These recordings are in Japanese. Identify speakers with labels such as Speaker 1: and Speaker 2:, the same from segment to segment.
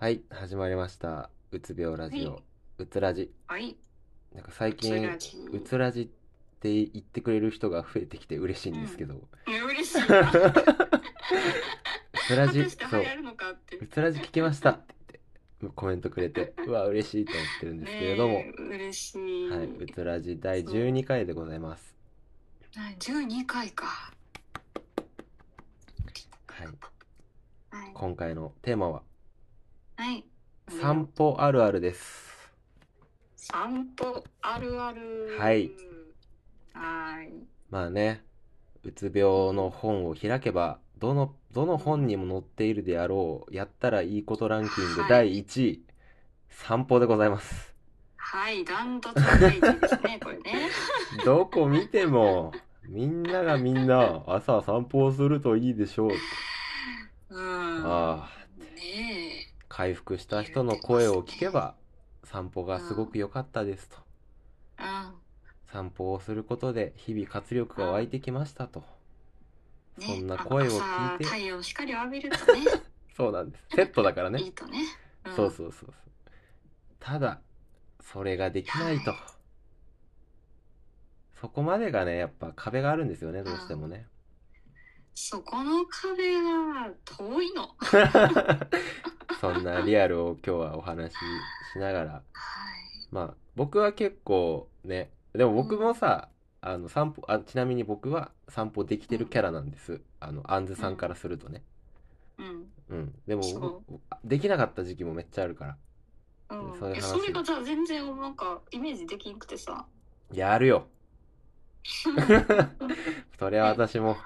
Speaker 1: はい、始まりました。うつ病ラジ
Speaker 2: は
Speaker 1: オ
Speaker 2: い、
Speaker 1: うつラジ。
Speaker 2: はい。
Speaker 1: なんか最
Speaker 2: それ
Speaker 1: 近
Speaker 2: が、気
Speaker 1: う
Speaker 2: に
Speaker 1: つラジって言ってくれる人が増えてきて嬉しいんですけど、 う
Speaker 2: 嬉しいな。果
Speaker 1: つラ
Speaker 2: た
Speaker 1: ジ、
Speaker 2: して
Speaker 1: そう
Speaker 2: 流、行るのかって。
Speaker 1: うつラジ聞きましたって言ってコメントくれ て、うわ、嬉しいと思ってるんですけれども、
Speaker 2: ねえ嬉しい。
Speaker 1: はい、うつラジ第12回でございます。
Speaker 2: はい12回か。
Speaker 1: はい、
Speaker 2: はい。
Speaker 1: 今回のテーマは、
Speaker 2: はい。
Speaker 1: 散歩あるあるです。
Speaker 2: 散歩あるある。
Speaker 1: はい。
Speaker 2: はい。
Speaker 1: まあね、うつ病の本を開けば、どの、どの本にも載っているであろう、やったらいいことランキング
Speaker 2: はい
Speaker 1: 第1位、散歩でございます。
Speaker 2: はい。ダントツの第一位で すね、これね。
Speaker 1: どこ見ても、 みんながみんな、朝散歩をするといいでしょうって。
Speaker 2: うん。
Speaker 1: あ
Speaker 2: ね
Speaker 1: 回復した人の声を聞けば、散歩がすごく良かったですと。
Speaker 2: え。うん。
Speaker 1: 散歩をすることで、日々活力が湧いてきましたと。
Speaker 2: ね、
Speaker 1: そんな声を聞いて
Speaker 2: 朝、太陽光を浴びるとね、
Speaker 1: そうなんです。セットだ からね
Speaker 2: い。いとね。ん
Speaker 1: そうそうそうそう。ただ、それができないと
Speaker 2: はい。
Speaker 1: そこまでがね、やっぱ壁があるんですよね、どうしてもね。
Speaker 2: そこの壁が遠いの。
Speaker 1: そんなリアルを今日はお話ししながら。
Speaker 2: はい。
Speaker 1: まあ、僕は結構ね、でも僕もさ、あの散歩、あ、ちなみに僕は散歩できてるキャラなんです。あの、アンズさんからするとね。
Speaker 2: うん。
Speaker 1: うん。でも
Speaker 2: そ
Speaker 1: 僕、できなかった時期もめっちゃあるから。
Speaker 2: うん
Speaker 1: そういう話
Speaker 2: えそれがさ全然なんかイメージできんくてさ
Speaker 1: やるよ。
Speaker 2: う
Speaker 1: それは私も、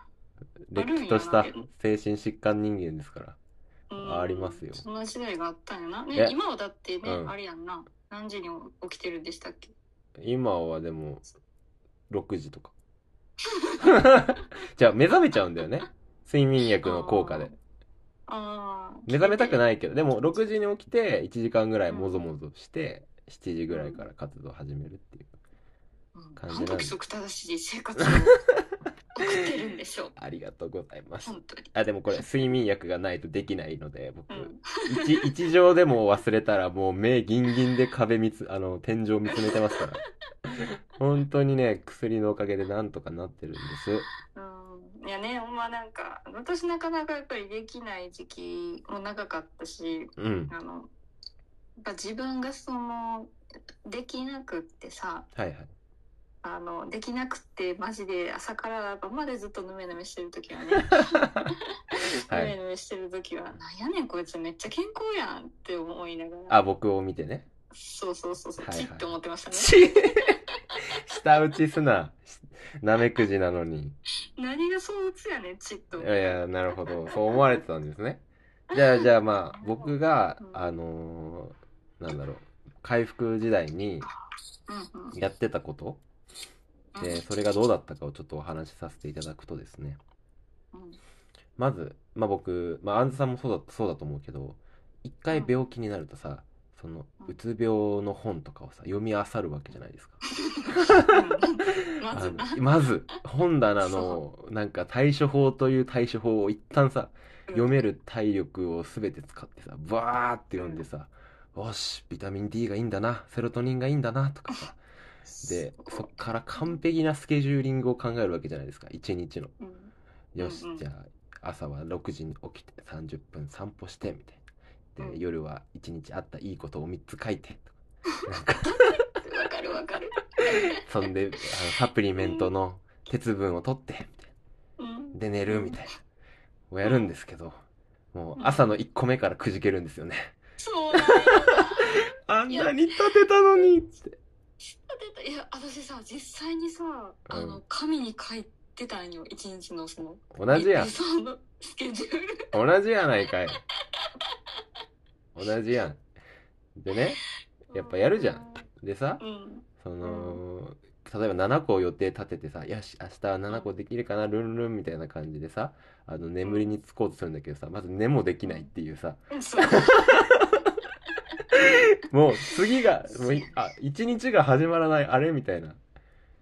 Speaker 1: れっきとした精神疾患人間ですから。
Speaker 2: ん
Speaker 1: ありますよ
Speaker 2: そんな時代があったんやな、
Speaker 1: え
Speaker 2: ね、今はだってね、
Speaker 1: うん
Speaker 2: あれやんな何時に起きてるんでしたっけ
Speaker 1: 今はでも6時とかじゃあ目覚めちゃうんだよね睡眠薬の効果で
Speaker 2: ああ
Speaker 1: 目覚めたく
Speaker 2: い
Speaker 1: ないけどでも6時に起きて1時間ぐらいもぞもぞして7時ぐらいから活動始めるっていう感じなん
Speaker 2: 何
Speaker 1: で
Speaker 2: と規則正しい生活を送ってるん でしょう
Speaker 1: ありがとうございます
Speaker 2: 本当に
Speaker 1: あでもこれ睡眠薬がないとできないので僕
Speaker 2: うん
Speaker 1: 一一錠でも忘れたらもう目ギンギンで壁見つあの天井見つめてますから本当にね薬のおかげでなんとかなってるんです
Speaker 2: うんいやねほんまなんか私なかなかやっぱりできない時期も長かったし
Speaker 1: うん
Speaker 2: あのやっぱ自分がそのできなくってさ
Speaker 1: はいはい
Speaker 2: あのできなくってマジで朝から晩までずっとぬめぬめしてる時はね、
Speaker 1: は
Speaker 2: ぬめ
Speaker 1: い。
Speaker 2: ぬめしてる時はなんやねんこいつめっちゃ健康やんって思いながら
Speaker 1: あ、僕を見てね。
Speaker 2: そうそうそうそう、
Speaker 1: はいはい
Speaker 2: チッて思ってましたね
Speaker 1: ち舌打ちすな。しなめくじなのに。
Speaker 2: 何がそう打つやねんチッと
Speaker 1: いやいや、なるほど。そう思われてたんですね。じゃあ、じゃあまあ、僕が、あのーなんだろう。回復時代に
Speaker 2: うんうん
Speaker 1: やってたこと
Speaker 2: うん
Speaker 1: で、それがどうだったかをちょっとお話しさせていただくとですね。
Speaker 2: うん
Speaker 1: まず、まあ僕、まあ、あんずさんもそうだ、そうだと思うけど、一回病気になるとさ、その、うつ病の本とかをさ、読み漁るわけじゃないですか。
Speaker 2: うん まずな
Speaker 1: あのまず本棚のなんか対処法という対処法を一旦さ読める体力を全て使ってさバーって読んでさ「よしビタミン D がいいんだなセロトニンがいいんだな」とかさでそっから完璧なスケジューリングを考えるわけじゃないですか一日の。
Speaker 2: うん
Speaker 1: よし
Speaker 2: うんうん
Speaker 1: じゃあ朝は6時に起きて30分散歩してみたいな。
Speaker 2: う
Speaker 1: で
Speaker 2: ん
Speaker 1: 夜は一日あったいいことを3つ書いてとかなんか
Speaker 2: わかるわかる、
Speaker 1: そ んであのサプリメントの鉄分を取ってみたいな。
Speaker 2: うん、
Speaker 1: で寝るみたいなをやるんですけど、もう朝の1個目からくじけるんですよね。
Speaker 2: そうなんや
Speaker 1: あんなに立てたのにって。
Speaker 2: だっていや私さ実際にさ、あの紙に書いてたんよ一日のその
Speaker 1: 同じやん
Speaker 2: 理。想のスケジュール
Speaker 1: 同じやないかい。同じやん。でね、やっぱやるじゃんでさ
Speaker 2: う、ん
Speaker 1: その、例えば7個を予定立ててさ、よし、明日は7個できるかな、ルンルンみたいな感じでさ、あの、眠りにつこうとするんだけどさ、まず寝もできないっていうさ、
Speaker 2: うんそう
Speaker 1: もう次が、もうい、あ、一日が始まらない、あれみたいな。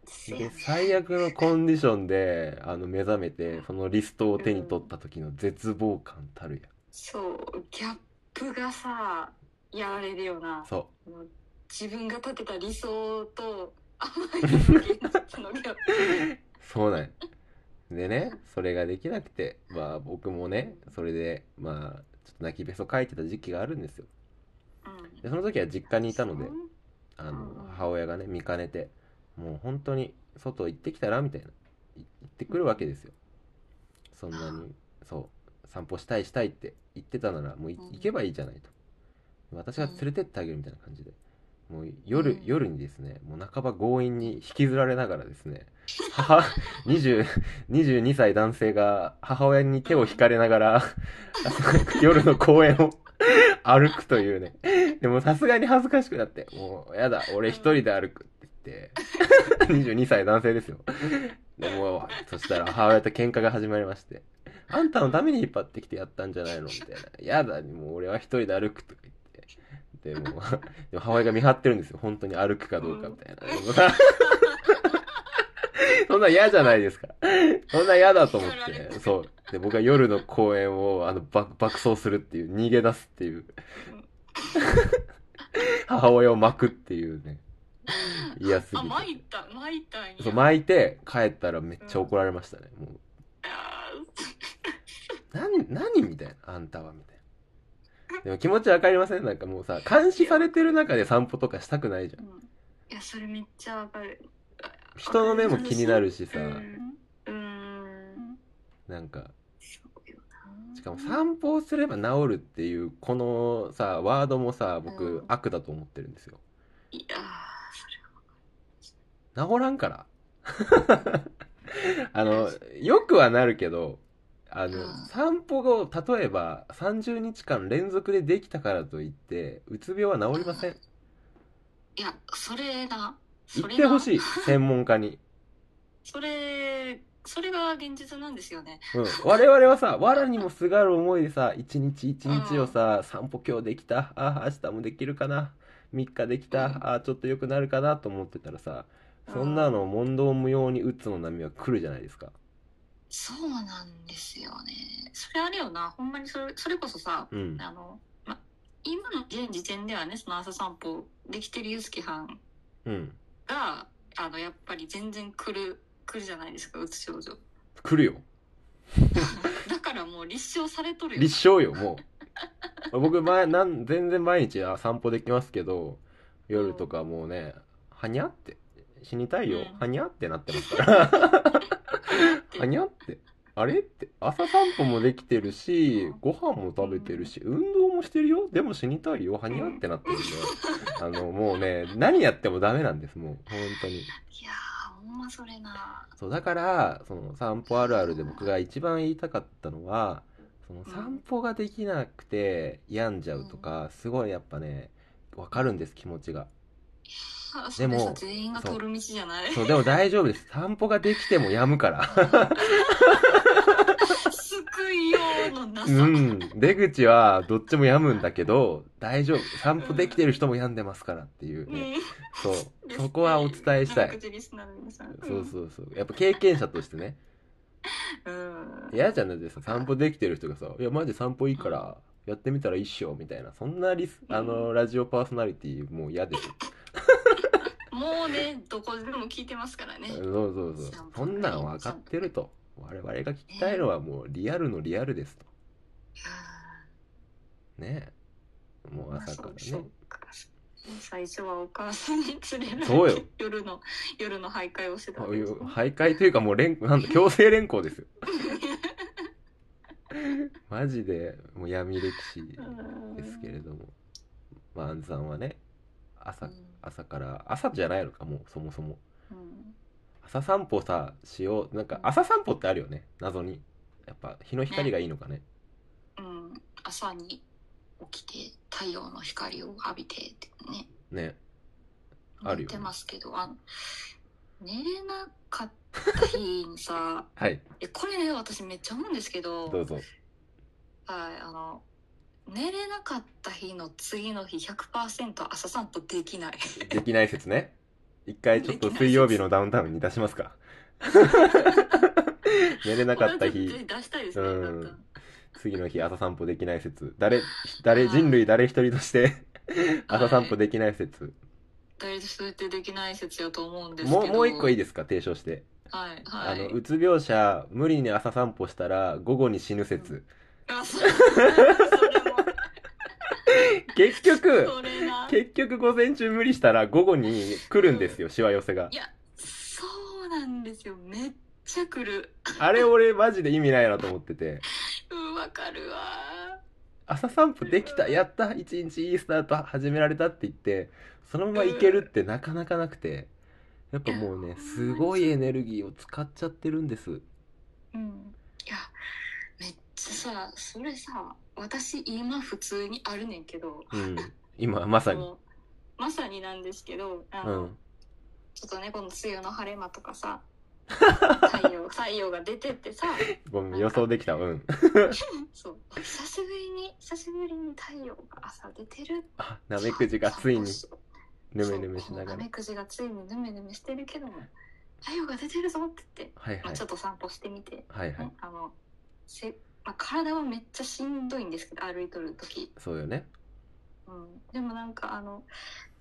Speaker 2: せや
Speaker 1: で最悪のコンディションであの目覚めてそのリストを手に取った時の絶望感たる
Speaker 2: そうギャッップがさやられるよな
Speaker 1: そ
Speaker 2: もう自分が立てた理想とあまり現実のギャッ
Speaker 1: うそうなんやでねそれができなくてまあ僕もねそれでまあちょっと泣きべそ書いてた時期があるんですよ
Speaker 2: プ、うん、
Speaker 1: でその時は実家にいたので
Speaker 2: そう
Speaker 1: あの
Speaker 2: うん
Speaker 1: 母親がね見かねてもう本当に外行ってきたらみたいない行ってくるわけですよそんなにそう散歩したいしたいって言ってたならもうい
Speaker 2: うん
Speaker 1: 行けばいいじゃないと私が連れてってあげるみたいな感じでもう夜、
Speaker 2: うん
Speaker 1: 夜にですねもう半ば強引に引きずられながらですね母20 22歳男性が母親に手を引かれながら 夜の公園を歩くというねでもさすがに恥ずかしくなって、もう、やだ、俺一人で歩くって言って、22歳男性ですよ。でもう、そしたら母親と喧嘩が始まりまして、あんたのために引っ張ってきてやったんじゃないのみたいな。やだ、もう俺は一人で歩くとか言って。でも、でも母親が見張ってるんですよ。本当に歩くかどうかみたいな。でもさそんなん嫌じゃないですか。そんなん嫌だと思 って。そう。で、僕は夜の公園を、あの、爆爆走するっていう、逃げ出すって いう。母親を巻くっていうね嫌すぎ
Speaker 2: あ
Speaker 1: て
Speaker 2: 巻いた巻いたんや
Speaker 1: そう巻いて帰ったらめっちゃ怒られましたね、もう
Speaker 2: あ
Speaker 1: 何何みたいなあんたはみたいなでも気持ちわかりませんなんかもうさ監視されてる中で散歩とかしたくないじゃ
Speaker 2: ー
Speaker 1: ん
Speaker 2: うんいやそれめっちゃわかる
Speaker 1: 人の目も気になるしさ
Speaker 2: うんうん
Speaker 1: なんか
Speaker 2: そうよな
Speaker 1: しかも散歩をすれば治るっていうこのさワードもさ僕、
Speaker 2: うん
Speaker 1: 悪だと思ってるんですよ
Speaker 2: いや
Speaker 1: 治
Speaker 2: ー
Speaker 1: らんから あのよくはなるけどあの、
Speaker 2: うん
Speaker 1: 散歩を例えば30日間連続でできたからといってうつ病は治りません
Speaker 2: いやそれなそ
Speaker 1: 言
Speaker 2: れ
Speaker 1: っ
Speaker 2: な
Speaker 1: てほしい専門家に、
Speaker 2: それそれが現実なんですよね
Speaker 1: うん、我々はさ藁にもすがる思いでさ一日一日をさ、散歩今日できたあ明日もできるかな3日できた、
Speaker 2: うん
Speaker 1: あちょっと良くなるかなと思ってたらさそんなの問答無用にうつの波は来るじゃないですか
Speaker 2: そうなんですよねそれあれよなほんまにそれそれこそさ
Speaker 1: うん
Speaker 2: あの、ま、今の現時点ではねその朝散歩できてるユースケはん
Speaker 1: うん
Speaker 2: があのやっぱり全然来る来るじゃないですかうつ症 状
Speaker 1: 来るよ
Speaker 2: だからもう立証されとるよ
Speaker 1: 立証よもう 僕前なん全然毎日あ散歩できますけど夜とかもうねはにゃって死にたいよ、
Speaker 2: うん
Speaker 1: はにゃってなってますから
Speaker 2: って
Speaker 1: はにゃってあれって朝散歩もできてるしご飯も食べてるし運動もしてるよでも死にたいよはにゃってなってるんであのもうね何やってもダメなんですもう本当に
Speaker 2: いやーほんまそれな
Speaker 1: そうだからその散歩あるあるで僕が一番言いたかったのはその散歩ができなくて病んじゃうとかすごいやっぱねわかるんです気持ちが
Speaker 2: あ
Speaker 1: でも
Speaker 2: それさ全員が通る道じゃない
Speaker 1: そうでも大丈夫 です散歩ができても病むから
Speaker 2: 救いようのなさ、
Speaker 1: うん出口はどっちも病むんだけど大丈夫散歩できてる人も病んでますからっていうね
Speaker 2: うん
Speaker 1: そうそこはお伝えした
Speaker 2: 長
Speaker 1: い
Speaker 2: 口リスナーの皆さん
Speaker 1: そうそうそうやっぱ経験者としてね
Speaker 2: うん
Speaker 1: 嫌じゃないですか散歩できてる人がさ「いやマジ散歩いいからやってみたらいいっしょ」みたいなそんなリスあのラジオパーソナリティもう嫌でしょ
Speaker 2: もうねどこでも聞いてますからね
Speaker 1: そうそうそう
Speaker 2: 散歩
Speaker 1: そんなん分かってると我々が聞きたいのはもうリアルのリアルですとねえもう
Speaker 2: まあ
Speaker 1: 朝から
Speaker 2: そう
Speaker 1: ね
Speaker 2: か最初はお母さんに連れられて
Speaker 1: そうよ
Speaker 2: 夜の夜の徘徊をしてた
Speaker 1: あ
Speaker 2: わ
Speaker 1: い
Speaker 2: け
Speaker 1: や
Speaker 2: ですね
Speaker 1: 徘徊というかもう連 なんだ強制連行ですよマジでもう闇歴史
Speaker 2: うん
Speaker 1: ですけれどもまあ安さんはね朝
Speaker 2: うん
Speaker 1: 朝から朝じゃないのかもうそもそも
Speaker 2: うん
Speaker 1: 朝散歩さしようなんか朝散歩ってあるよね謎にやっぱ日の光がいいのかね
Speaker 2: うん、朝に起きて太陽の光を浴びてってね
Speaker 1: ねある
Speaker 2: 寝
Speaker 1: よ
Speaker 2: てますけどあの寝れなかった日にさ
Speaker 1: はい
Speaker 2: えこれね私めっちゃ思うんですけど
Speaker 1: どうぞ
Speaker 2: はいあの寝れなかった日の次の日100%朝散歩できない
Speaker 1: できない説ね一回ちょっと水曜日のダウンタウンに出します か寝れなかった
Speaker 2: これは
Speaker 1: 日
Speaker 2: 絶対出したいですね、
Speaker 1: うん
Speaker 2: なんか
Speaker 1: 次の日朝散歩できない説誰誰人類誰一人として朝散歩できない説
Speaker 2: 大数ってできない説やと思うんですけ
Speaker 1: も
Speaker 2: ど
Speaker 1: うもう一個いい
Speaker 2: い
Speaker 1: ですか提唱して、
Speaker 2: はいは
Speaker 1: あの
Speaker 2: いう
Speaker 1: つ病者無理に朝散歩したら午後に死ぬ説
Speaker 2: あそ う それも
Speaker 1: 結局
Speaker 2: それな
Speaker 1: 結局午前中無理したら午後に来るんですよしわ寄せが
Speaker 2: いやそうなんですよめっちゃ来る
Speaker 1: あれ俺マジで意味ないなと思ってて
Speaker 2: うんわかるわ
Speaker 1: 朝散歩できたやった一日いいスタート始められたって言ってそのまま行けるってなかなかなくてやっぱもうねすごいエネルギーを使っちゃってるんです
Speaker 2: うんいやめっちゃさそれさ私今普通にあるねんけど
Speaker 1: うん今まさに
Speaker 2: もうまさになんですけどあ
Speaker 1: う
Speaker 2: の、
Speaker 1: ん
Speaker 2: ちょっとねこの梅雨の晴れ間と かさ太陽太陽が出てってさ
Speaker 1: ごめん予想できたうん
Speaker 2: そう久しぶりに久しぶりに太陽が朝出てる
Speaker 1: あなめくじがついに
Speaker 2: そう
Speaker 1: ぬめぬめしな
Speaker 2: そう
Speaker 1: が
Speaker 2: この
Speaker 1: ら
Speaker 2: めくじがついにぬめぬめしてるけども太陽が出てるぞって言って、
Speaker 1: はい
Speaker 2: ま
Speaker 1: は
Speaker 2: あ、
Speaker 1: い
Speaker 2: ちょっと散歩してみて、
Speaker 1: はいはい
Speaker 2: ねあのせまあ、体はめっちゃしんどいんですけど歩いとる時、
Speaker 1: そうよね
Speaker 2: うん、でもなんかあの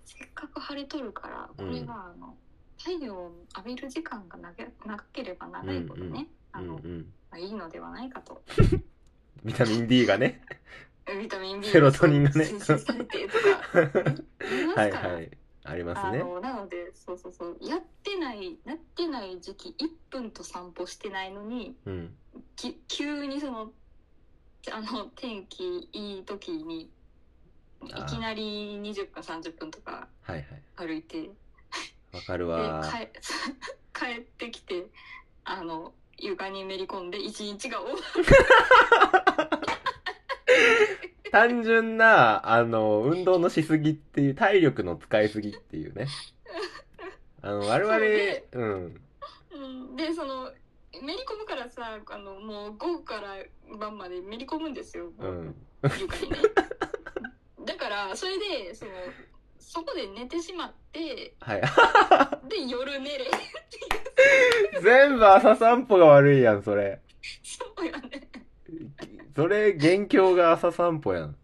Speaker 2: せっかく晴れとるからこれがあの、太陽を浴びる時間が長け長ければ長いほど
Speaker 1: うんうん
Speaker 2: ね、
Speaker 1: う
Speaker 2: あの
Speaker 1: んうん
Speaker 2: まあ、いいのではないかと
Speaker 1: ビタミン D がね
Speaker 2: ビタミン B
Speaker 1: セロトニンがね
Speaker 2: 生成されてと か
Speaker 1: はいはいあります
Speaker 2: あ
Speaker 1: ね
Speaker 2: のなのでそうそうそうやってないなってない時期1分と散歩してないのに
Speaker 1: うん
Speaker 2: き急にそのあの天気いい時にい
Speaker 1: あー
Speaker 2: きなり20分30分とか
Speaker 1: はいはい
Speaker 2: 歩いてで
Speaker 1: わかるわ
Speaker 2: 帰 帰ってきてあの床にめり込んで一日が終わ
Speaker 1: 単純な、あの、運動のしすぎっていう、体力の使いすぎっていう ね。あの、我々、
Speaker 2: そうね
Speaker 1: うん。
Speaker 2: うんでそのめり込むからさあのもう午後から晩までめり込むんですよ、
Speaker 1: うん。
Speaker 2: 床 にねだからそれでそのそこで寝てしまって
Speaker 1: はい。
Speaker 2: で夜寝れ
Speaker 1: 全部朝散歩が悪いやん、それ。
Speaker 2: そうやね
Speaker 1: それ、元凶が朝散歩やん。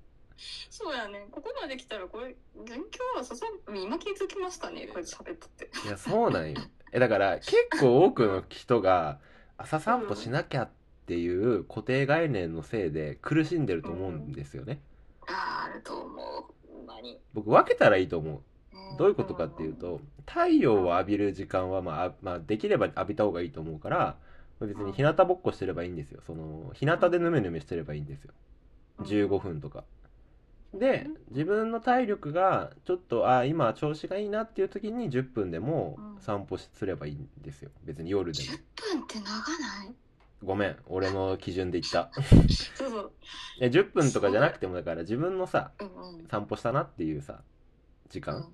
Speaker 2: そうやねここまで来たらこれ元凶はささ今気づきましたねこれ喋ってて
Speaker 1: いや、そうなんよ。え、だから、結構多くの人が、朝散歩しなきゃっていう固定概念のせいで苦しんでると思うんですよね。
Speaker 2: あーあると思うほんまに、
Speaker 1: 僕、分けたらいいと思う。
Speaker 2: ね
Speaker 1: どういうことかっていうと太陽を浴びる時間は、まああまあ、できれば浴びた方がいいと思うから別に日向ぼっこしてればいいんですよその日向でぬめぬめしてればいいんですよ
Speaker 2: うん
Speaker 1: 15分とかで自分の体力がちょっとあ今調子がいいなっていう時に10分でも
Speaker 2: うん
Speaker 1: 散歩すればいいんですよ別に夜でも
Speaker 2: 10分って長ない
Speaker 1: ごめん俺の基準で言った
Speaker 2: そうそう
Speaker 1: いや10分とかじゃなくてもだから自分のさ
Speaker 2: うんうん
Speaker 1: 散歩したなっていうさ時
Speaker 2: う
Speaker 1: 間
Speaker 2: ん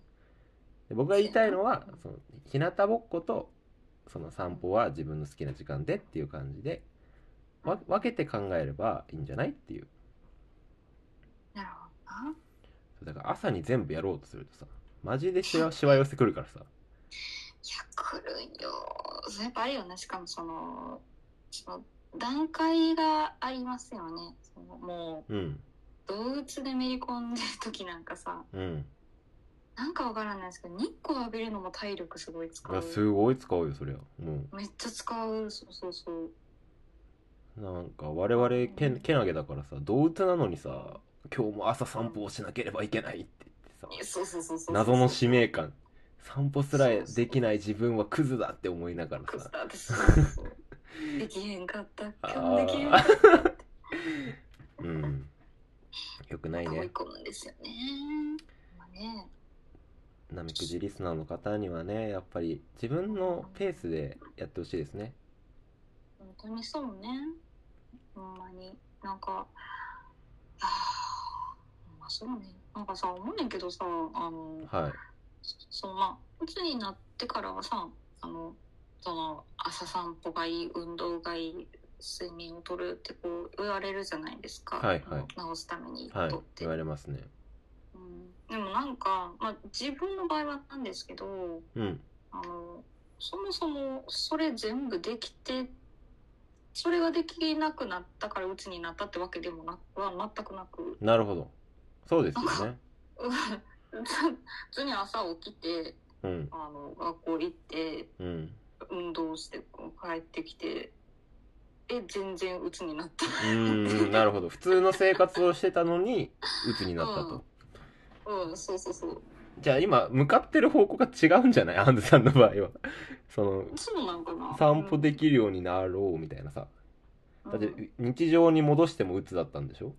Speaker 1: で僕が言いたいのは
Speaker 2: うん
Speaker 1: その日向ぼっことその散歩は自分の好きな時間でっていう感じでわ分けて考えればいいんじゃないっていう
Speaker 2: なるほどな
Speaker 1: だから朝に全部やろうとするとさマジでしわしわ寄せくるからさ
Speaker 2: いや来るよそれやっぱあるよねしかもそのその段階がありますよねそのも
Speaker 1: うん
Speaker 2: う動物でめり込んでる時なんかさ
Speaker 1: うん
Speaker 2: なんかわからないですけど日光浴びるのも体力すごい
Speaker 1: い
Speaker 2: 使
Speaker 1: や
Speaker 2: う
Speaker 1: すごい使うよそりゃも
Speaker 2: めっちゃ使うそうそうそう
Speaker 1: うなんか我々けけなげだからさ動物なのにさ今日も朝散歩をしなければいけないって言ってさ
Speaker 2: いやそうそうそうそう
Speaker 1: 謎の
Speaker 2: し
Speaker 1: 使命感散歩すらできない自分はクズだって思いながらさ
Speaker 2: できへんかった
Speaker 1: あー
Speaker 2: 今日できへんかった
Speaker 1: うんよくない
Speaker 2: 追い
Speaker 1: ね
Speaker 2: 込むんですよねまあね
Speaker 1: なめくじリスナーの方にはねやっぱり自分のペースでやってほしいですね
Speaker 2: 本当にそうねほんまになんかあまあそうねなんかさ思うねんけどさあの
Speaker 1: はい
Speaker 2: そのまあ鬱になってからはさあのその朝散歩がいい運動がいい睡眠をとるってこう言われるじゃないですか、
Speaker 1: はいはい
Speaker 2: あの治すために
Speaker 1: はい
Speaker 2: とって、
Speaker 1: 言われますね
Speaker 2: うん、でもなんか、まあ、自分の場合はなんですけど
Speaker 1: うん
Speaker 2: あのそもそもそれ全部できてそれができなくなったから鬱になったってわけでもなくは全くなく
Speaker 1: なるほどそうですよ ね
Speaker 2: 普通に朝起きて
Speaker 1: うん
Speaker 2: あの学校行って
Speaker 1: うん
Speaker 2: 運動してこう帰ってきてえ全然鬱になった
Speaker 1: うーんなるほど普通の生活をしてたのに鬱になったと、
Speaker 2: うんうんそうそうそう
Speaker 1: じゃあ今向かってる方向が違うんじゃないアンズさんの場合はその
Speaker 2: そうなんかな
Speaker 1: 散歩できるようになろうみたいなさ
Speaker 2: うん
Speaker 1: だっ
Speaker 2: うん
Speaker 1: て日常に戻しても鬱だったんでしょ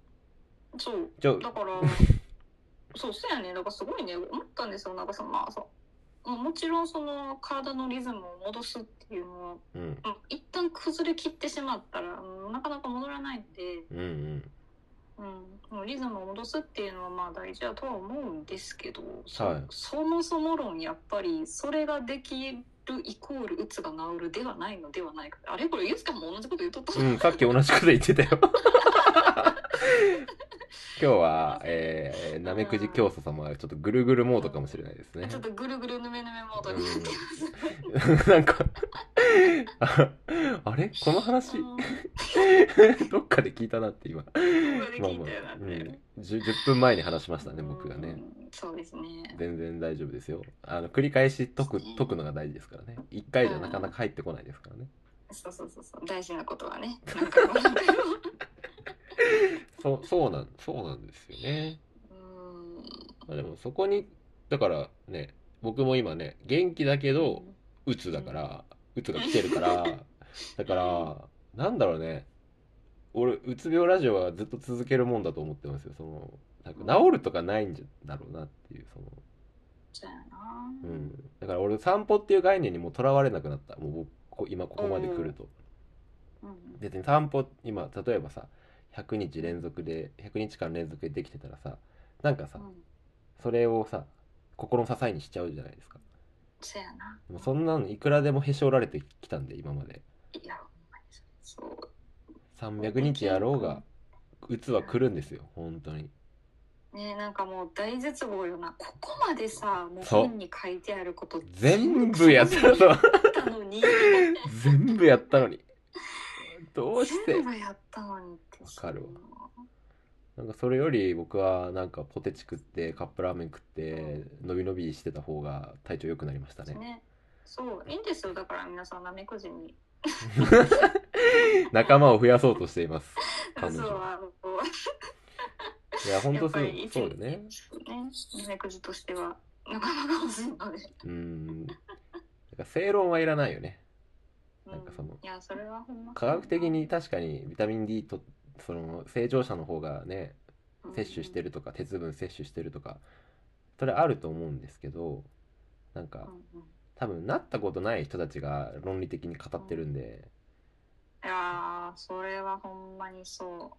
Speaker 2: そう
Speaker 1: じゃ
Speaker 2: だ
Speaker 1: あ
Speaker 2: からそうそうやねだからすごいね思ったんですよなんかそのまあそうもうもちろんその体のリズムを戻すっていうのは
Speaker 1: うん
Speaker 2: うん一旦崩れきってしまったらうんなかなか戻らないんで、
Speaker 1: うんうん
Speaker 2: うん、もうリズムを戻すっていうのはまあ大事だとは思うんですけど、そ
Speaker 1: はい
Speaker 2: そもそも論やっぱりそれができるイコールうつが治るではないのではないかあれこれゆうすけも同じこと言っとった、
Speaker 1: うん、さっき同じこと言ってたよ。今日は、えー、なめくじ教祖様はちょっとぐるぐるモードかもしれないですね
Speaker 2: ちょっ。とぐるぐるぬめぬめモードになってます。
Speaker 1: なんか、ああれこの話、
Speaker 2: うん
Speaker 1: どっかで聞いたなって今。
Speaker 2: ここで聞いたよな
Speaker 1: あ
Speaker 2: っ
Speaker 1: う
Speaker 2: て
Speaker 1: ん、10, 分前に話しましたね、僕が
Speaker 2: う
Speaker 1: ね。
Speaker 2: んそうですね。
Speaker 1: 全然大丈夫ですよ。あの、繰り返し解く、解くのが大事ですからね。一回じゃなかなか入ってこないですからね。
Speaker 2: そうそうそうそう。大事なこと はね。なんかもうなんか
Speaker 1: そう、そうなん、そうなんですよね。
Speaker 2: うん
Speaker 1: まあ、でもそこにだからね僕も今ね元気だけど鬱だから鬱が来てるから だからなんだろうね俺うつ病ラジオはずっと続けるもんだと思ってますよそのなんか治るとかないんじゃだろうなっていうその、
Speaker 2: そうやな。
Speaker 1: うん、だから俺散歩っていう概念にもとらわれなくなったもう僕こ今ここまで来ると。
Speaker 2: うん
Speaker 1: 別に散歩今例えばさ100日連続で100日間連続でできてたらさなんかさ
Speaker 2: うん
Speaker 1: それをさ心の支えにしちゃうじゃないですか
Speaker 2: そうやな。
Speaker 1: もうそんなのいくらでもへし折られてきたんで今まで
Speaker 2: いや、ほんまにそう。
Speaker 1: 300日やろうが鬱は来るんですよ本当に
Speaker 2: ねなんかもう大絶望よな。ここまでさ、もう
Speaker 1: そう
Speaker 2: 本に書いてあること
Speaker 1: 全部やっ
Speaker 2: 全
Speaker 1: た
Speaker 2: 部や
Speaker 1: の
Speaker 2: ったのに、
Speaker 1: 全部やったのにどうして
Speaker 2: 全部やったのにって。
Speaker 1: わかるなんかそれより僕はなんかポテチ食ってカップラーメン食ってのびのびしてた方が体調良くなりましたね
Speaker 2: ね。そう、いいんですよ。だから皆さん、なめくじに。
Speaker 1: 仲間を増やそうとしています
Speaker 2: そう
Speaker 1: 彼、女
Speaker 2: あの、
Speaker 1: いや本
Speaker 2: や
Speaker 1: 当
Speaker 2: っぱ
Speaker 1: そう
Speaker 2: り一
Speaker 1: そうだね
Speaker 2: ね、なめくじとしては、なかなか欲しいので。
Speaker 1: うんだから正論はいらないよね
Speaker 2: う
Speaker 1: なんかその
Speaker 2: いや、それはほんま。
Speaker 1: 科学的に確かにビタミン D とその正常者の方がね摂取して
Speaker 2: る。
Speaker 1: るとか鉄分摂取してるとかそれあると思うんですけどなん
Speaker 2: うん
Speaker 1: か
Speaker 2: うん
Speaker 1: 多分なったことない人たちが論理的に語ってるんで、
Speaker 2: いやーそれはほんまにそ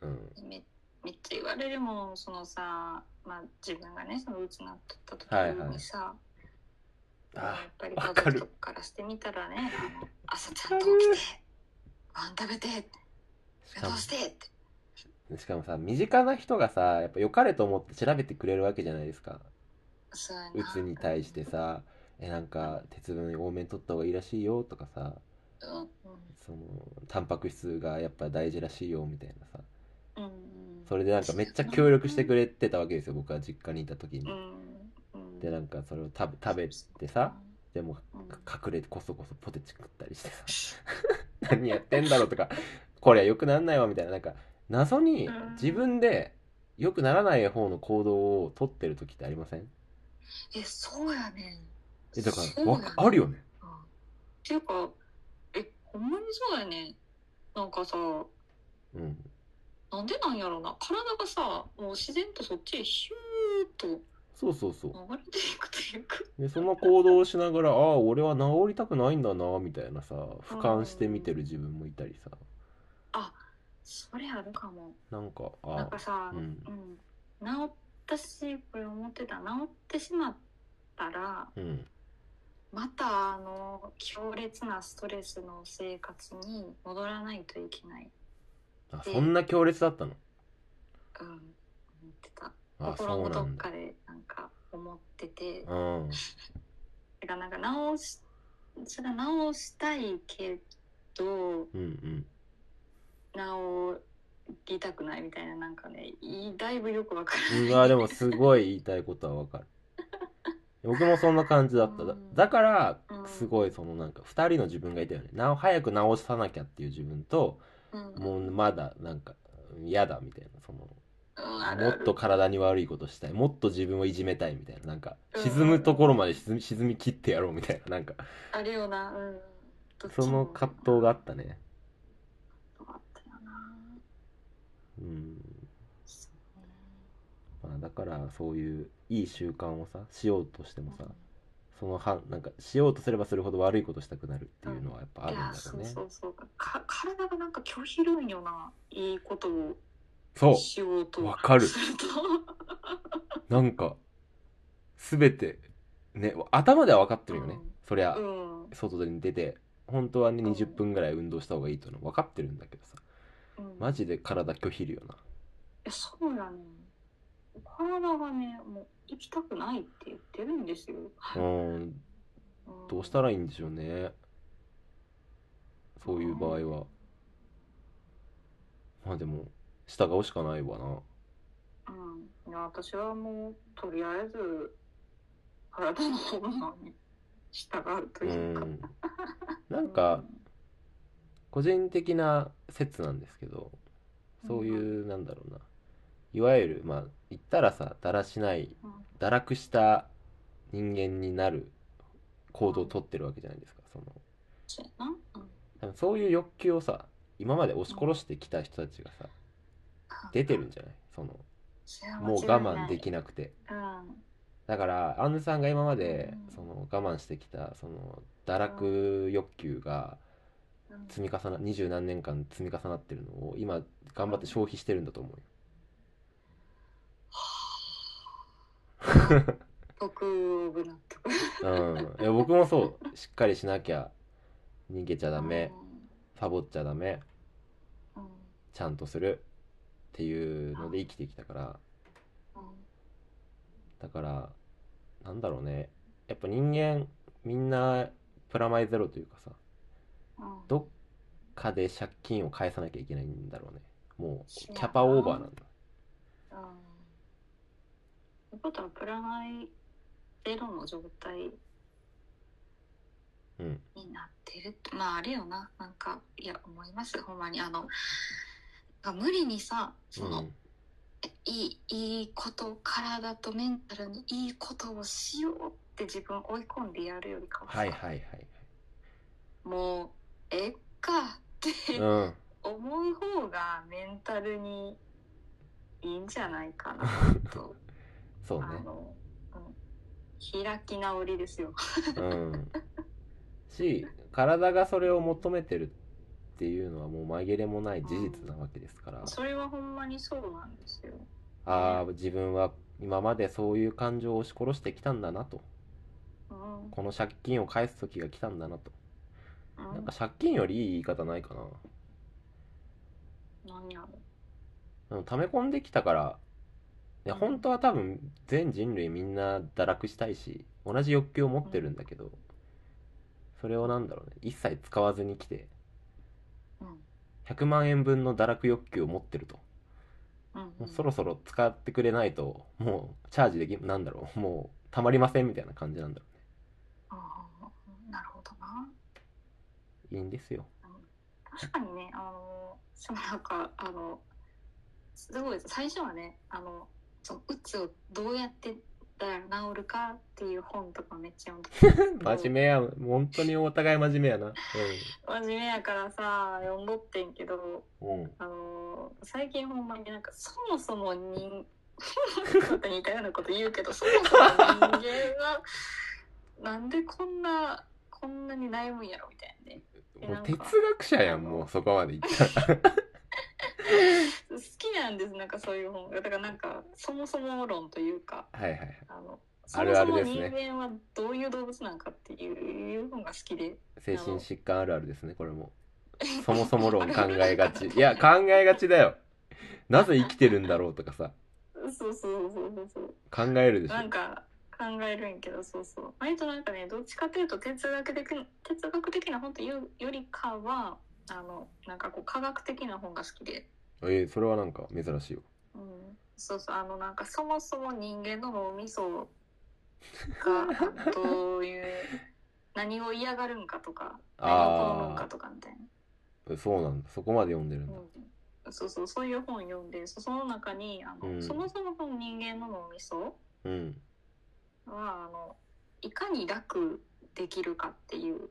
Speaker 2: う。
Speaker 1: うん、
Speaker 2: めめっちゃ言われるもんそのさ、まあ、自分がねそのうつなっとった
Speaker 1: はい
Speaker 2: 時
Speaker 1: はい
Speaker 2: にさ、
Speaker 1: あ
Speaker 2: やっぱり
Speaker 1: わ
Speaker 2: 家
Speaker 1: かる
Speaker 2: 族とかからしてみたらねあの朝ちゃんと起きてご飯食べて
Speaker 1: し
Speaker 2: 運
Speaker 1: か
Speaker 2: 動
Speaker 1: も
Speaker 2: してって
Speaker 1: しかもさ身近な人がさやっぱ良かれと思って調べてくれるわけじゃないですか
Speaker 2: そうやな
Speaker 1: うつに対してさえなんか鉄分多めに取った方がいいらしいよとかさ
Speaker 2: うんうん
Speaker 1: そのタンパク質がやっぱ大事らしいよみたいなさ
Speaker 2: うんうん
Speaker 1: それでなんかめっちゃ協力してくれてたわけですよ僕は実家にいた時
Speaker 2: う
Speaker 1: に。
Speaker 2: んうん
Speaker 1: でなんかそれを食べ食べてさでも
Speaker 2: うん
Speaker 1: 隠れてこそこそポテチ食ったりしてさ 何やってんだろうとかこれは良くなんないわみたいななんか謎に
Speaker 2: うん
Speaker 1: 自分で良くならない方の行動を取ってる時ってありません
Speaker 2: えそうやね
Speaker 1: えだか
Speaker 2: そう
Speaker 1: らわ
Speaker 2: やね
Speaker 1: あるよね。
Speaker 2: うんっていうかえほんまにそうやねなんかさ
Speaker 1: うん、
Speaker 2: なんでなんやろな体がさもう自然とそっちへヒューッと
Speaker 1: そうそうそう
Speaker 2: 流れていくというか
Speaker 1: でその行動をしながらああ俺は治りたくないんだなみたいなさ俯瞰して見てる自分もいたりさ
Speaker 2: それあるかも
Speaker 1: なんか
Speaker 2: なん
Speaker 1: あ
Speaker 2: かさ、
Speaker 1: う
Speaker 2: うん
Speaker 1: ん
Speaker 2: 治ったしこれ思ってた治ってしまったら
Speaker 1: うん
Speaker 2: またあの強烈なストレスの生活に戻らないといけない、
Speaker 1: あそんな強烈だったの
Speaker 2: うん、思ってた
Speaker 1: あ
Speaker 2: 心
Speaker 1: そう
Speaker 2: の
Speaker 1: な
Speaker 2: どっ
Speaker 1: んだ
Speaker 2: かでなんか思ってて
Speaker 1: うん
Speaker 2: だからなんか治しそれは治したいけど
Speaker 1: うんうん
Speaker 2: 直りたくないみたいななんかねいだいぶよくわかる
Speaker 1: うわでもすごい言いたいことはわかる僕もそんな感じだっただだからすごいそのなんか2人の自分がいたよねな早く直さなきゃっていう自分と
Speaker 2: うん
Speaker 1: もうまだなんか嫌だみたいなその
Speaker 2: うんある
Speaker 1: も
Speaker 2: あ
Speaker 1: っ
Speaker 2: る
Speaker 1: と体に悪いことしたいもっと自分をいじめたいみたいななんか沈むところまで沈み沈み切ってやろうみたいななんか
Speaker 2: あるよなうんどっちも
Speaker 1: その葛藤があったね
Speaker 2: あったよな
Speaker 1: うん、
Speaker 2: そうね
Speaker 1: まあ、だからそういういい習慣をさしようとしてもさ
Speaker 2: うん
Speaker 1: そのはなんかしようとすればするほど悪いことしたくなるっていうのはやっぱあ
Speaker 2: い
Speaker 1: るんだ
Speaker 2: や
Speaker 1: ろ
Speaker 2: そうう
Speaker 1: ね
Speaker 2: そうそうか体がなんか拒否るんよないいことを
Speaker 1: そう
Speaker 2: しようと
Speaker 1: わかる
Speaker 2: すると
Speaker 1: なんか全てね頭では分かってるよね、
Speaker 2: うん
Speaker 1: そりゃ
Speaker 2: うん
Speaker 1: 外に出て本当はね
Speaker 2: うん
Speaker 1: 20分ぐらい運動した方がいいというの分かってるんだけどさ
Speaker 2: うん
Speaker 1: マジで体拒否るよない
Speaker 2: やそうやね体がねもう行きたくないって言ってるんですよ、
Speaker 1: うん
Speaker 2: ん
Speaker 1: どうしたらいいんでしょうねそういう場合はまあでも従うしかないわな
Speaker 2: うんいや私はもうとりあえず体の本能に従うと
Speaker 1: う
Speaker 2: いうか、
Speaker 1: んなんか個人的な説なんですけどそういうなんだろうないわゆるまあ言ったらさだらしない
Speaker 2: うん
Speaker 1: 堕落した人間になる行動をとってるわけじゃないですかその
Speaker 2: そうやなうん
Speaker 1: 多分そういう欲求をさ今まで押し殺してきた人たちがさ出てるんじゃないその
Speaker 2: それは間
Speaker 1: も
Speaker 2: 違
Speaker 1: う
Speaker 2: い
Speaker 1: 我
Speaker 2: ない
Speaker 1: 慢できなくて
Speaker 2: うん
Speaker 1: だからアンヌさんが今まで
Speaker 2: うん
Speaker 1: その我慢してきたその堕落欲求が
Speaker 2: うん
Speaker 1: 積み重な二十何年間積み重なってるのを今頑張って消費してるんだと思うよ
Speaker 2: 得をぶなと
Speaker 1: うん、いや僕もそうしっかりしなきゃ逃げちゃ ダメサボっちゃダメ
Speaker 2: うんうん
Speaker 1: ちゃんとするっていうので生きてきたから
Speaker 2: うん
Speaker 1: だからなんだろうねやっぱ人間みんなプラマイゼロというかさ
Speaker 2: うん
Speaker 1: どっかで借金を返さなきゃいけないんだろうねもうキャパオーバーなんだ
Speaker 2: うんということはプラマイゼロの状態
Speaker 1: うん
Speaker 2: になってるってまああれよななんかいや思いますほんまにあのなんか無理にさその、
Speaker 1: うん
Speaker 2: いいいいこと体とメンタルにいいことをしようって自分を追い込んでやるよりかはさ、
Speaker 1: はいはいはい
Speaker 2: もうえっかって
Speaker 1: うん
Speaker 2: 思う方がメンタルにいいんじゃないかなと
Speaker 1: そうね
Speaker 2: あの、うん、開き直りですよ。
Speaker 1: うんし体がそれを求めてるっていうのはもう紛れもない事実なわけですから、
Speaker 2: それはほんまにそうなんですよ。
Speaker 1: ああ自分は今までそういう感情を押し殺してきたんだなと
Speaker 2: うん
Speaker 1: この借金を返す時が来たんだなと
Speaker 2: うん
Speaker 1: なんか借金よりいい言い方ないかな
Speaker 2: 何やろ
Speaker 1: でも溜め込んできたからいや
Speaker 2: うん
Speaker 1: 本当は多分全人類みんな堕落したいし同じ欲求を持ってるんだけどそれをなんだろうね一切使わずに来て
Speaker 2: うん
Speaker 1: 100万円分の堕落欲求を持ってると
Speaker 2: うんう
Speaker 1: もうんそろそろ使ってくれないともうチャージできなんだろうもうたまりませんみたいな感じなんだろ
Speaker 2: うんうんうんなるほどな。
Speaker 1: うねいいんですよ
Speaker 2: 確かにね、あの、そのなんか、あの、すごいです最初はね、あの、そのうつをどうやってだから治るかっていう本とかめっちゃ読んで
Speaker 1: 真面目や本当にお互い真面目やな
Speaker 2: 真面目やからさ、読んどってんけど、
Speaker 1: うん、うん、
Speaker 2: あのー最近ほんまになんかそもそも人また似たようなこと言うけどそもそも人間がなんでこんなこんなに悩むんやろみたいなねえ
Speaker 1: も
Speaker 2: な
Speaker 1: うん
Speaker 2: か
Speaker 1: 哲学者やんもうそこまでいった ら
Speaker 2: 好きなんですなんかそういう本がだからなんかそもそも論というか
Speaker 1: はいはいはい
Speaker 2: あのそ
Speaker 1: あ
Speaker 2: も
Speaker 1: るあ
Speaker 2: そ
Speaker 1: る
Speaker 2: も
Speaker 1: です
Speaker 2: 人
Speaker 1: ね
Speaker 2: 間はどういう動物なんかっていう本が好きで
Speaker 1: 精神疾患あるあるですねこれもそもそも論考えがちいや考えがちだよなぜ生きてるんだろうとかさ
Speaker 2: そうそうそうそうそう
Speaker 1: 考えるでしょ
Speaker 2: なんか考えるんやけどそうそう割となんかねどっちかというと哲学的な哲学的な本というよりかはあのなんかこう科学的な本が好きで、
Speaker 1: えー、それはなんか珍しいよ。
Speaker 2: うん、そうそうあのなんかそもそも人間の脳みそ がどういう何を嫌がるんかとか何を好むんかとかみたいな。
Speaker 1: そうなんだ。そこまで読んでるんだ。
Speaker 2: うんそうそうそういう本読んでそその中にあの、
Speaker 1: うん
Speaker 2: そもそもその人間の脳みそ
Speaker 1: うん。
Speaker 2: はあのいかに楽できるかっていう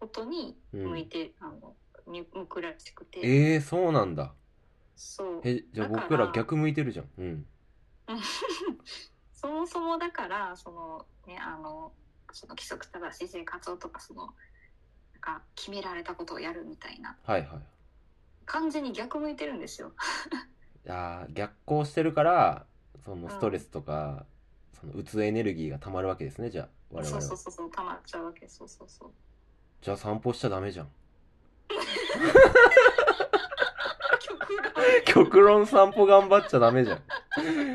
Speaker 2: ことに
Speaker 1: うん
Speaker 2: 向いて、あのみ向くらしくて
Speaker 1: えー、そうなんだ。
Speaker 2: そう
Speaker 1: え、じゃあ
Speaker 2: だから
Speaker 1: 僕ら逆向いてるじゃん。うん。
Speaker 2: そもそもだからそのねあのその規則正しい生活をとかそのなんか決められたことをやるみたいな
Speaker 1: はいはい。
Speaker 2: 完全に逆向いてるんですよ。
Speaker 1: いやー逆行してるから、その
Speaker 2: ん
Speaker 1: ストレスとか、そのうつエネルギーが溜まるわけですね、じゃあ、我々
Speaker 2: そ
Speaker 1: は。
Speaker 2: うそうそうそう溜まっちゃうわけそうそうそう。
Speaker 1: じゃあ散歩しちゃダメじゃん。
Speaker 2: 極論
Speaker 1: 極論散歩頑張っちゃダメじゃん。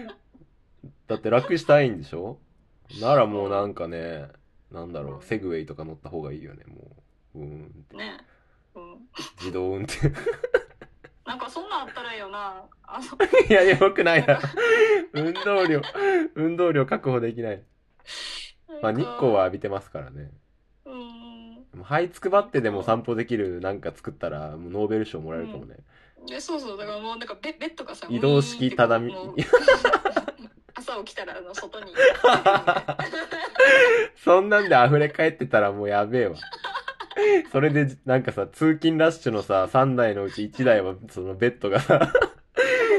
Speaker 1: だって楽したいんでしょならもうなんかね、なんだろ
Speaker 2: うん
Speaker 1: う、セグウェイとか乗った方がいいよね、もう。うーんって。
Speaker 2: ね、うん、
Speaker 1: 自動運転。
Speaker 2: なんかそんなんあったらいいよなあの
Speaker 1: いや、やばくない な。運動量、運動量確保できない。まあ日光は、浴びてますからね。
Speaker 2: うん、
Speaker 1: もう這いつくばってでも散歩できるなんか作ったら、もうノーベル賞もらえるかもね。
Speaker 2: えそうそうだからもうなんかベベッドがさ
Speaker 1: 移動式
Speaker 2: ウィーンって
Speaker 1: 畳
Speaker 2: もう 朝起きたらあの外 に
Speaker 1: そんなんで溢れ返ってたらもうやべえわ。 それで、なんかさ、通勤ラッシュのさ、3台のうち1台は、そのベッドが さ、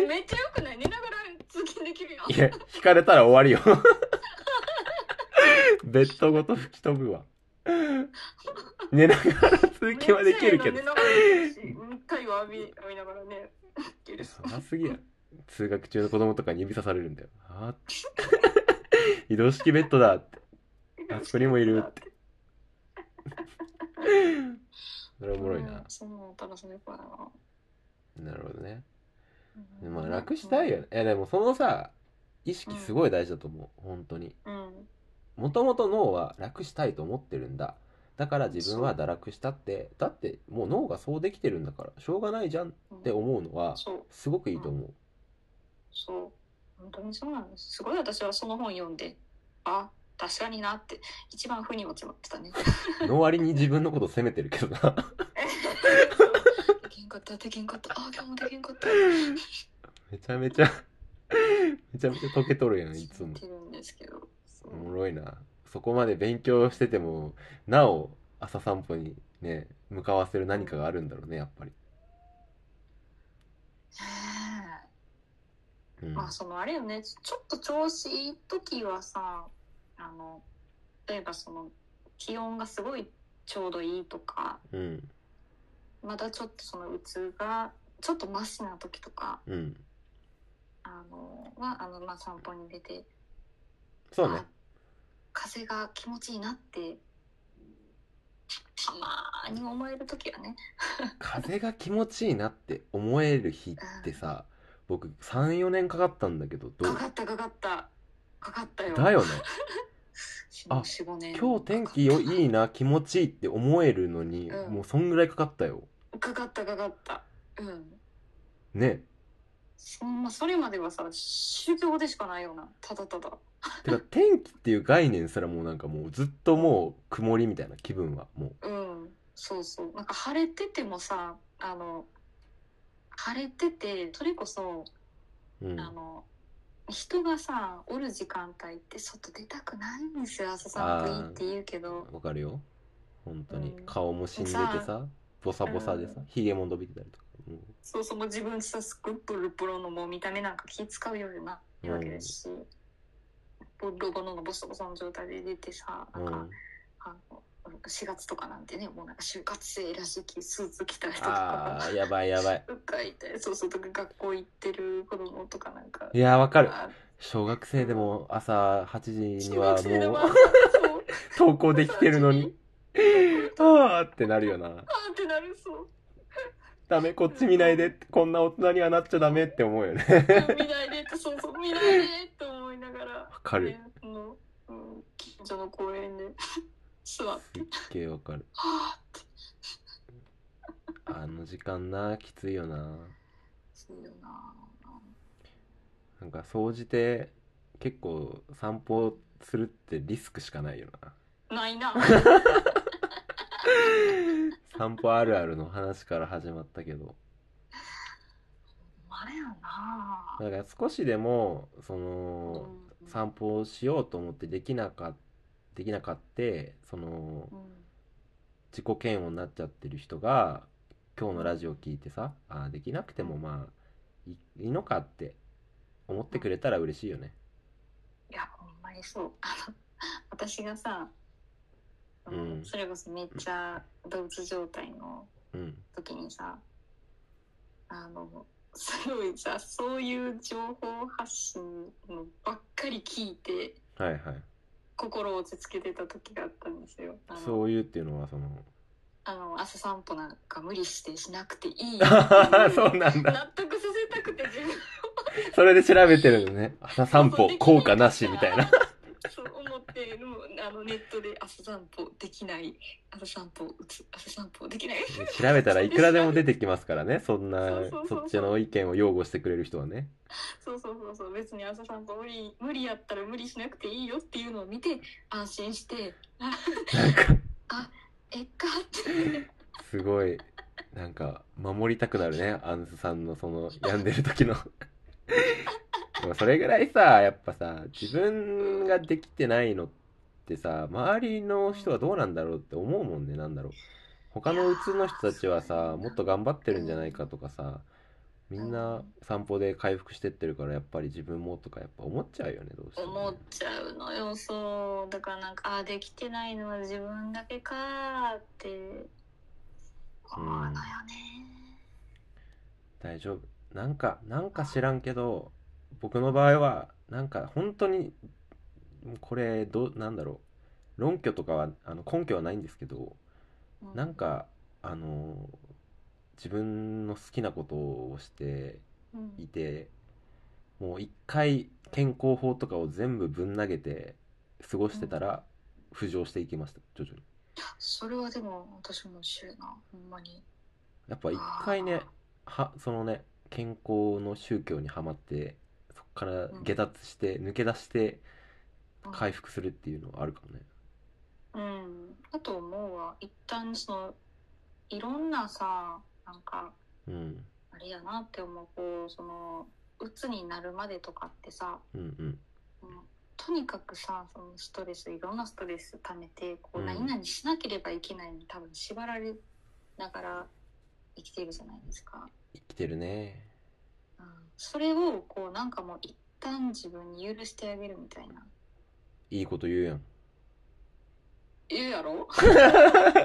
Speaker 2: めっちゃよくない寝ながら通勤できるよ
Speaker 1: いや、引かれたら終わりよ。 ベッドごと吹き飛ぶわ。寝ながら通勤はできるけど
Speaker 2: めっち。ゃええな寝ながら寝るし太陽浴び浴びながらねできるし
Speaker 1: そらすぎや。通学中の子供とかに指さされるんだよ。あーって 移動式ベッドだって。あそこにもいるって。それおもろい
Speaker 2: うん
Speaker 1: な。
Speaker 2: そう楽しみかな
Speaker 1: なるほどね。
Speaker 2: うん
Speaker 1: まあ楽したいよね。え、でもそのさ、意識すごい大事だと思う。本当に。
Speaker 2: うん
Speaker 1: もともと脳は楽したいと思ってるんだ。だから自分は堕落したって、だってもう脳がそうできてるんだから、しょうがないじゃんっ
Speaker 2: うん
Speaker 1: て思うのは、
Speaker 2: そう
Speaker 1: すごくいいと思う。
Speaker 2: そう本当にそうなんですすごい私はその本読んであ確かになって一番腑に落ちましたね
Speaker 1: の割に自分のこと責めてるけどな。
Speaker 2: できんかったできんかったあ今日もできんかった
Speaker 1: めちゃめちゃめちゃめちゃ溶けとるやんいつ
Speaker 2: 言
Speaker 1: も
Speaker 2: ってるんですけどそう
Speaker 1: おもろいなそこまで勉強しててもなお朝散歩にね向かわせる何かがあるんだろうねやっぱり、
Speaker 2: ね
Speaker 1: う
Speaker 2: え
Speaker 1: ん、
Speaker 2: まあそのあれよねちょっと調子いい時はさあの例えばその気温がすごいちょうどいいとか
Speaker 1: うん
Speaker 2: まだちょっとそのうつがちょっとマシな時とか
Speaker 1: うん
Speaker 2: あのはあの、まあ、散歩に出て
Speaker 1: そうね
Speaker 2: あ風が気持ちいいなってたまーに思える時はね
Speaker 1: 風が気持ちいいなって思える日ってさ僕34年かかったんだけどど
Speaker 2: か
Speaker 1: う
Speaker 2: かったかかったかかったよ
Speaker 1: だよねあ
Speaker 2: 45年
Speaker 1: 今日天気よいいな気持ちいいって思えるのに、
Speaker 2: うん
Speaker 1: もうそんぐらいかかったよ
Speaker 2: かかったかかったうん
Speaker 1: ね
Speaker 2: そんなそれまではさ修行でしかないようなただただ
Speaker 1: てか天気っていう概念すらもうなんかもうずっともう曇りみたいな気分はもう
Speaker 2: うんそうそうなんか晴れててもさあの晴れててそれこそ、
Speaker 1: うん、
Speaker 2: あの人がさおる時間帯って外出たくないんですよ朝散歩いいって言うけど
Speaker 1: わかるよ本当に、
Speaker 2: うん
Speaker 1: 顔も死んでてさボサボサでさ
Speaker 2: うん
Speaker 1: ひげ、も伸びてたりとか、うん
Speaker 2: そうそうもう自分さすっごいプルプロのもう見た目なんか気使うような
Speaker 1: うん
Speaker 2: わけですし、ボロボロのボソボソの状態で出てさなんか、
Speaker 1: うん、
Speaker 2: あの4月とかなんてねもうなんか就活生らしきスーツ着た人と
Speaker 1: あ
Speaker 2: か
Speaker 1: ーやばいやばい
Speaker 2: もうかいてそうそうとか学校行ってる子供とかなんか
Speaker 1: いやわかる
Speaker 2: あ
Speaker 1: 小学生でも朝8時に
Speaker 2: 小
Speaker 1: は
Speaker 2: 学生で
Speaker 1: も
Speaker 2: も
Speaker 1: う
Speaker 2: あそう
Speaker 1: 登校できてるのに あーってなるよな
Speaker 2: あーってなるそう
Speaker 1: ダメこっち見ないでってこんな大人にはなっちゃダメって思うよね
Speaker 2: 見ないでってそうそう見ないでって思いながら
Speaker 1: わかる
Speaker 2: ねあの、うん、近所の公園で 座って
Speaker 1: すっげえわかる
Speaker 2: はあって
Speaker 1: あの時間なきついよな
Speaker 2: そうよな
Speaker 1: なんか総じて結構散歩するってリスクしかないよな
Speaker 2: ないな
Speaker 1: 散歩あるあるの話から始まったけど
Speaker 2: あれやな
Speaker 1: だから少しでもそうの
Speaker 2: ん
Speaker 1: 散歩をしようと思ってできなかできなかってその
Speaker 2: うん
Speaker 1: 自己嫌悪になっちゃってる人が今日のラジオを聞いてさあーできなくてもまあいいいのかって思ってくれたら嬉しいよね。
Speaker 2: いやほんまにそうあの私がさ、あの
Speaker 1: うん
Speaker 2: それこそめっちゃ動物状態の
Speaker 1: うん、
Speaker 2: 時にさあのすごいさそういう情報発信のばっかり聞いて
Speaker 1: はいはい
Speaker 2: 心を落ち着けてた時があったんですよ。あの
Speaker 1: そういうっていうのはその
Speaker 2: あの朝散歩なんか無理してしなくていいよ
Speaker 1: あー そうなんだ
Speaker 2: 納得させたくて自分
Speaker 1: それで調べてるのね朝散歩効果なしみたいな
Speaker 2: そう思ってもうあのネットで朝散歩できない朝散歩うつ朝散歩できない
Speaker 1: 調べたらいくらでも出てきますからねそん
Speaker 2: そ
Speaker 1: な
Speaker 2: うそうそうそう
Speaker 1: そっちの意見を擁護してくれる人はね
Speaker 2: そうそうそうそう別に朝散歩無理無理やったら無理しなくていいよっていうのを見て安心してあ
Speaker 1: なん か
Speaker 2: えっかって
Speaker 1: すごいなんか守りたくなるねアンスさんのその病んでる時のでもそれぐらいさやっぱさ自分ができてないのってさ周りの人はどうなんだろうって思うもんねなんだろう他のうつの人たちは
Speaker 2: そうだ
Speaker 1: さ
Speaker 2: よな
Speaker 1: もっと頑張ってるんじゃないかとかさみん
Speaker 2: う
Speaker 1: なん散歩で回復してってるからやっぱり自分もとかやっぱ思っちゃうよねどうして
Speaker 2: 思
Speaker 1: も
Speaker 2: っ
Speaker 1: ね
Speaker 2: ちゃうのよそうだからなんかあできてないのは自分だけかーって思うのよね、
Speaker 1: 大丈夫なんかなんか知らんけど僕の場合はなんか本当にこれどうなんだろう論拠とかはあの根拠はないんですけど
Speaker 2: う
Speaker 1: なん、かあの自分の好きなことをして
Speaker 2: うん
Speaker 1: いてもう一回健康法とかを全部ぶん投げて過ごしてたら浮上していきました徐々に
Speaker 2: それはでも私も一緒やなほんまに
Speaker 1: やっぱ一回ねはそのね健康の宗教にはまってそこから下脱して、抜け出して
Speaker 2: うん
Speaker 1: 回復するっていうのはあるかもね
Speaker 2: うんだと思うわ一旦そのいろんなさなんか
Speaker 1: うん
Speaker 2: あれやなって思うこうその鬱になるまでとかってさ
Speaker 1: うんうん
Speaker 2: うんとにかくさそのストレスいろんなストレス溜めてこう
Speaker 1: うん
Speaker 2: 何々しなければいけないに多分縛られながら生きてるじゃないですか。
Speaker 1: 生きてるね
Speaker 2: うん、それをこうなんかもう一旦自分に許してあげるみたいな。
Speaker 1: いいこと言うやん
Speaker 2: 言うやろ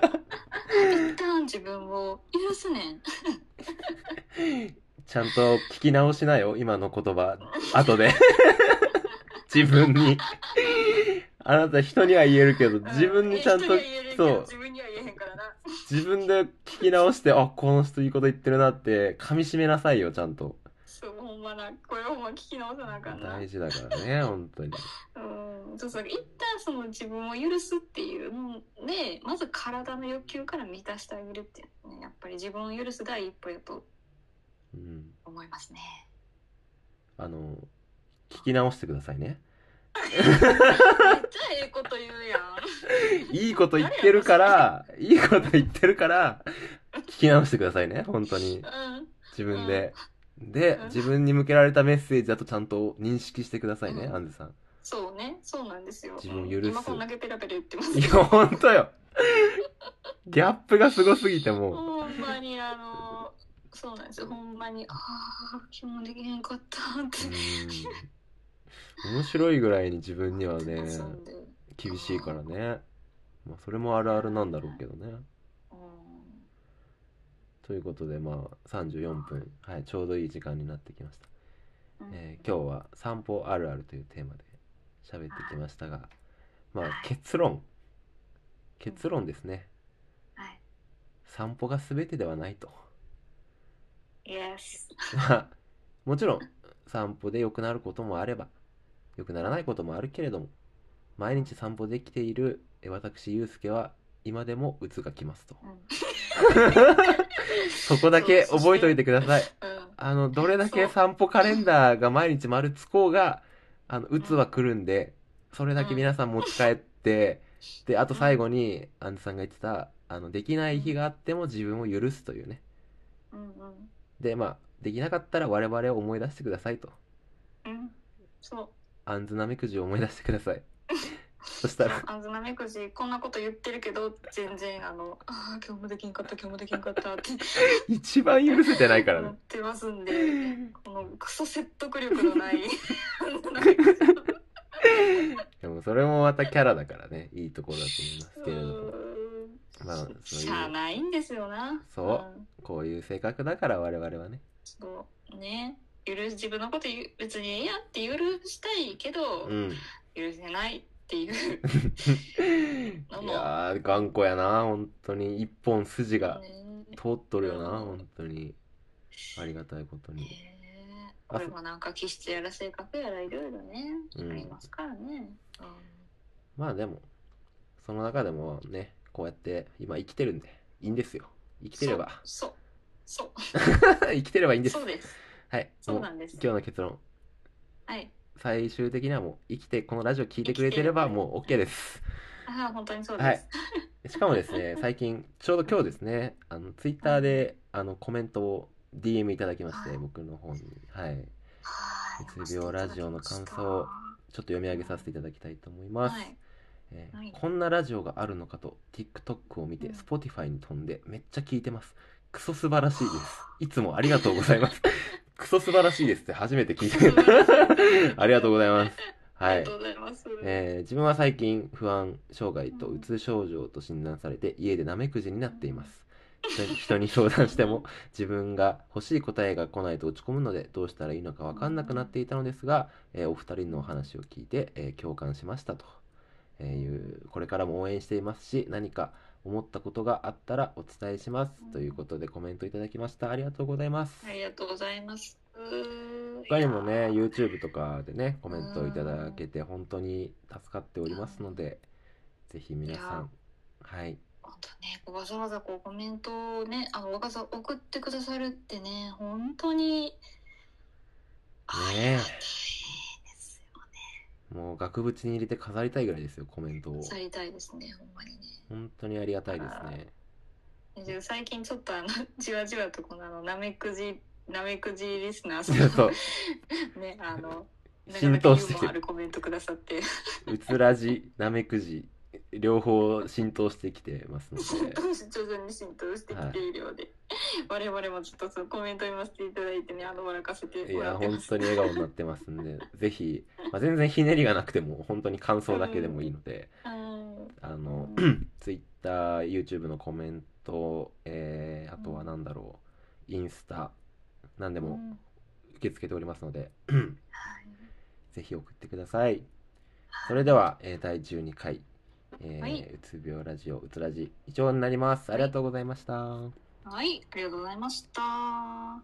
Speaker 2: 一旦自分を許すねん。
Speaker 1: ちゃんと聞き直しな よ今の言葉後で 自分にあなた人には言えるけど自分にちゃんと
Speaker 2: うん人には言えるけど
Speaker 1: そう
Speaker 2: 自分には言えへんからな。
Speaker 1: 自分で聞き直してあこの人いいこと言ってるなって噛み締めなさいよちゃんと
Speaker 2: そう、ほんまな。これほんま聞き直さなあかんな。
Speaker 1: 大事だからね本当に
Speaker 2: うん、そうそう一旦その自分を許すっていうのでまず体の欲求から満たしてあげるっていうのねやっぱり自分を許す第一歩やと
Speaker 1: うん
Speaker 2: 思いま すね
Speaker 1: あの、聞き直してくださいね。
Speaker 2: めっちゃええこと言うやん
Speaker 1: いいこと言ってるから、いいこと言ってるから、聞き直してくださいね、本当に。
Speaker 2: うん
Speaker 1: 自分で。で
Speaker 2: うん、
Speaker 1: 自分に向けられたメッセージだとちゃんと認識してくださいね、
Speaker 2: うん
Speaker 1: アンズさん。
Speaker 2: そうねそうなんですよ
Speaker 1: 自分を許す
Speaker 2: 今こんだけペラペラ言ってます
Speaker 1: いや、本当よ。ギャップがすごすぎても
Speaker 2: ほんまにあのそうなんですよほんまにああ今日もできへんかったって
Speaker 1: う、うん。面白いぐらいに自分にはね、
Speaker 2: 遊んで
Speaker 1: 厳しいからね。まあ、それもあるあるなんだろうけどね。
Speaker 2: うん
Speaker 1: ということで、まあ、34分、はい、ちょうどいい時間になってきました。えー今日は「散歩あるある」というテーマで喋ってきましたが、まあ、結論結論ですね
Speaker 2: はい
Speaker 1: 散歩が全てではないと、
Speaker 2: Yes
Speaker 1: まあ、もちろん散歩で良くなることもあれば良くならないこともあるけれども毎日散歩できているえー私ゆうすけは今でも鬱がきますと
Speaker 2: うん
Speaker 1: そこだけ覚えといてください。
Speaker 2: うん
Speaker 1: あの、どれだけ散歩カレンダーが毎日丸つこうが、あの、うつは来るんで、それだけ皆さん持ち帰って、で、あと最後に、アンズさんが言ってた、あの、できない日があっても自分を許すというね。
Speaker 2: うんうん
Speaker 1: で、まあ、できなかったら我々を思い出してくださいと。
Speaker 2: うんそう
Speaker 1: アンズなめくじを思い出してくださ い。そしたら、
Speaker 2: あのなめくじこんなこと言ってるけど全然あの「あー今日もできんかった今日もできんかった」って
Speaker 1: 一番許せてないから
Speaker 2: な
Speaker 1: ね
Speaker 2: っ。てますんでこのクソ説得力 のないなめくじ
Speaker 1: でもそれもまたキャラだからね、いいところだと思いますけれども。まあ、そう
Speaker 2: しゃあ
Speaker 1: いう、
Speaker 2: ないんですよな
Speaker 1: そ
Speaker 2: ん
Speaker 1: こういう性格だから我々はね。
Speaker 2: そうね許す自分のこと言う別にええやんって許したいけど、
Speaker 1: うん。
Speaker 2: 許せないっていう
Speaker 1: いやー頑固やな本当に一本筋が
Speaker 2: ね
Speaker 1: 通っとるよな
Speaker 2: うん
Speaker 1: 本当にありがたいこと
Speaker 2: ね
Speaker 1: に
Speaker 2: えこれもなんか気質やら性格やらいろいろね、
Speaker 1: うん
Speaker 2: ありますからね、
Speaker 1: まあでもその中でもねこうやって今生きてるんでいいんですよ生きてれば
Speaker 2: そうそう
Speaker 1: 生きてればいいんです
Speaker 2: そうです
Speaker 1: はいも
Speaker 2: そう
Speaker 1: う
Speaker 2: なんです
Speaker 1: 今日の結論
Speaker 2: はい
Speaker 1: 最終的にはもう生きてこのラジオ聞いてくれてれば
Speaker 2: 生きてる
Speaker 1: もう OK です
Speaker 2: ああ本当にそうです、
Speaker 1: はいしかもですね最近ちょうど今日ですねあのツイッターであのコメントを DM いただきまして僕の方にはい
Speaker 2: はいう
Speaker 1: つ病ラジオの感想をちょっと読み上げさせていただきたいと思います、
Speaker 2: はい
Speaker 1: えー
Speaker 2: はい
Speaker 1: こんなラジオがあるのかと TikTok を見て
Speaker 2: うん
Speaker 1: Spotify に飛んでめっちゃ聞いてますクソ素晴らしいですいつもありがとうござい ますクソ素晴らしいですって初めて聞い
Speaker 2: クソ素
Speaker 1: て ありがとうございます
Speaker 2: あ
Speaker 1: は
Speaker 2: り
Speaker 1: い
Speaker 2: がとうございます、
Speaker 1: えー自分は最近不安障害とうつ症状と診断されて家でなめくじになっています人に人に相談しても自分が欲しい答えが来ないと落ち込むのでどうしたらいいのか分かんなくなっていたのですが、えーお二人のお話を聞いて、えー共感しましたと、えーいうこれからも応援していますし何か思ったことがあったらお伝えします
Speaker 2: うん
Speaker 1: ということでコメントいただきましたありがとうございます
Speaker 2: ありがとうございます
Speaker 1: 他にもね YouTube とかでねコメントいただけて本当に助かっておりますのでぜひ皆さんはい
Speaker 2: 本当ね、わざわざこうコメントをね、あの、わざわざ送ってくださるってね、本当に。あり
Speaker 1: ねえ
Speaker 2: がたいですよ。
Speaker 1: もう額縁に入れて飾りたいぐらいですよコメントを
Speaker 2: さりたいですね、ほんまにね。
Speaker 1: 本当にありがたいですね
Speaker 2: で最近ちょっとあの、 じわじわとこのあの、なめくじ、なめくじリスナーさ
Speaker 1: そうんそう
Speaker 2: ね、あの、
Speaker 1: 浸透してきてる
Speaker 2: なかなかユーモアあるコメントくださって、
Speaker 1: うつらじなめくじ両方浸透してきてますの
Speaker 2: 浸
Speaker 1: で
Speaker 2: 透し徐々に浸透してきているようで、我々もちょっとそのコメント読ませていただいてね、あの、笑かせて
Speaker 1: い
Speaker 2: もら
Speaker 1: や
Speaker 2: って
Speaker 1: 本
Speaker 2: ます。
Speaker 1: 当に笑顔になってますんでぜひ、まあ、全然ひねりがなくても本当に感想だけでもいいので、
Speaker 2: はい
Speaker 1: あの、
Speaker 2: うん
Speaker 1: Twitter、YouTube のコメント、えーあとは何だろう、インスタ、何で
Speaker 2: う
Speaker 1: も
Speaker 2: ん
Speaker 1: 受け付けておりますので、
Speaker 2: はい
Speaker 1: ぜひ送ってください。それでは、えー第12回、えー
Speaker 2: はいう
Speaker 1: つ病ラジオ、うつラジ、以上になります。ありがとうございました。
Speaker 2: はい、ありがとうございました。